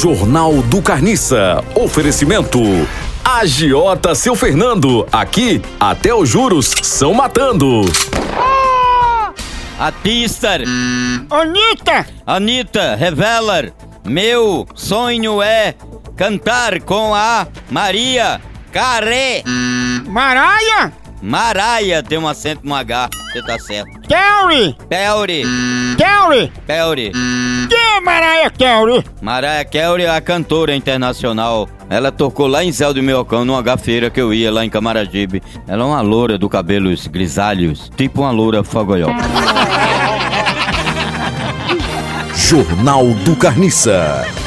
Jornal do Carniça. Oferecimento. Agiota seu Fernando. Aqui, até os juros são matando. Artista, Anitta! Anitta Revelar, meu sonho é cantar com a Maria Caré. Maraia! Maraia tem um acento no H, você tá certo. Kelly! Pelri, Kelly! Pelri. Quem é Maraia Kelly? Mariah Carey é a cantora internacional. Ela tocou lá em Céu do Miocão, numa gafeira que eu ia lá em Camaragibe. Ela é uma loura do cabelos grisalhos, tipo uma loura fogoió. Jornal do Carniça.